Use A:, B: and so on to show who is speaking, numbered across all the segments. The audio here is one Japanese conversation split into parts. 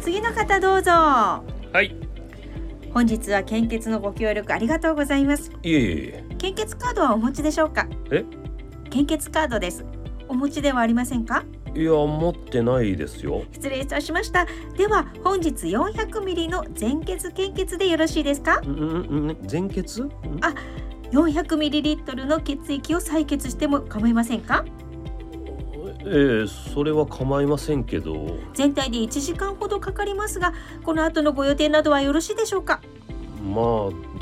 A: 次の方どうぞ
B: はい
A: 本日は献血のご協力ありがとうございます
B: いえいえいえ
A: 献血カードはお持ちでしょうか
B: え
A: 献血カードですお持ちではありませんか
B: いや持ってないですよ
A: 失礼いたしましたでは本日400ミリの全血献血でよろしいですか
B: んんん全血ん
A: あ400ミリリットルの血液を採血しても構いませんか
B: ええそれは構いませんけど
A: 全体で1時間ほどかかりますがこの後のご予定などはよろしいでしょうか
B: まあ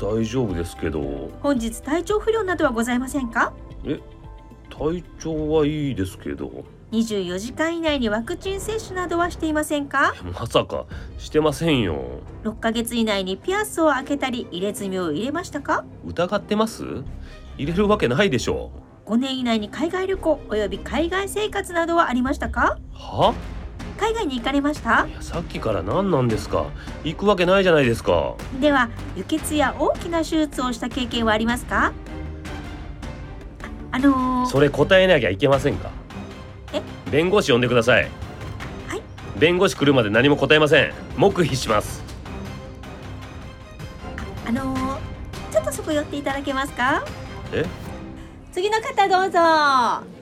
B: 大丈夫ですけど
A: 本日体調不良などはございませんか
B: 体調はいいですけど
A: 24時間以内にワクチン接種などはしていませんか
B: まさかしてませんよ
A: 6ヶ月以内にピアスを開けたり入れ墨を入れましたか
B: 疑ってます入れるわけないでしょ
A: 5年以内に海外旅行および海外生活などはありましたか
B: は
A: 海外に行かれました
B: いやさっきから何なんですか行くわけないじゃないですか
A: では輸血や大きな手術をした経験はありますかああのー、
B: それ答えなきゃいけませんか
A: え
B: 弁護士呼んでください
A: はい
B: 弁護士来るまで何も答えません黙秘します
A: あのー、ちょっとそこ寄っていただけますか
B: え
A: 次の方どうぞ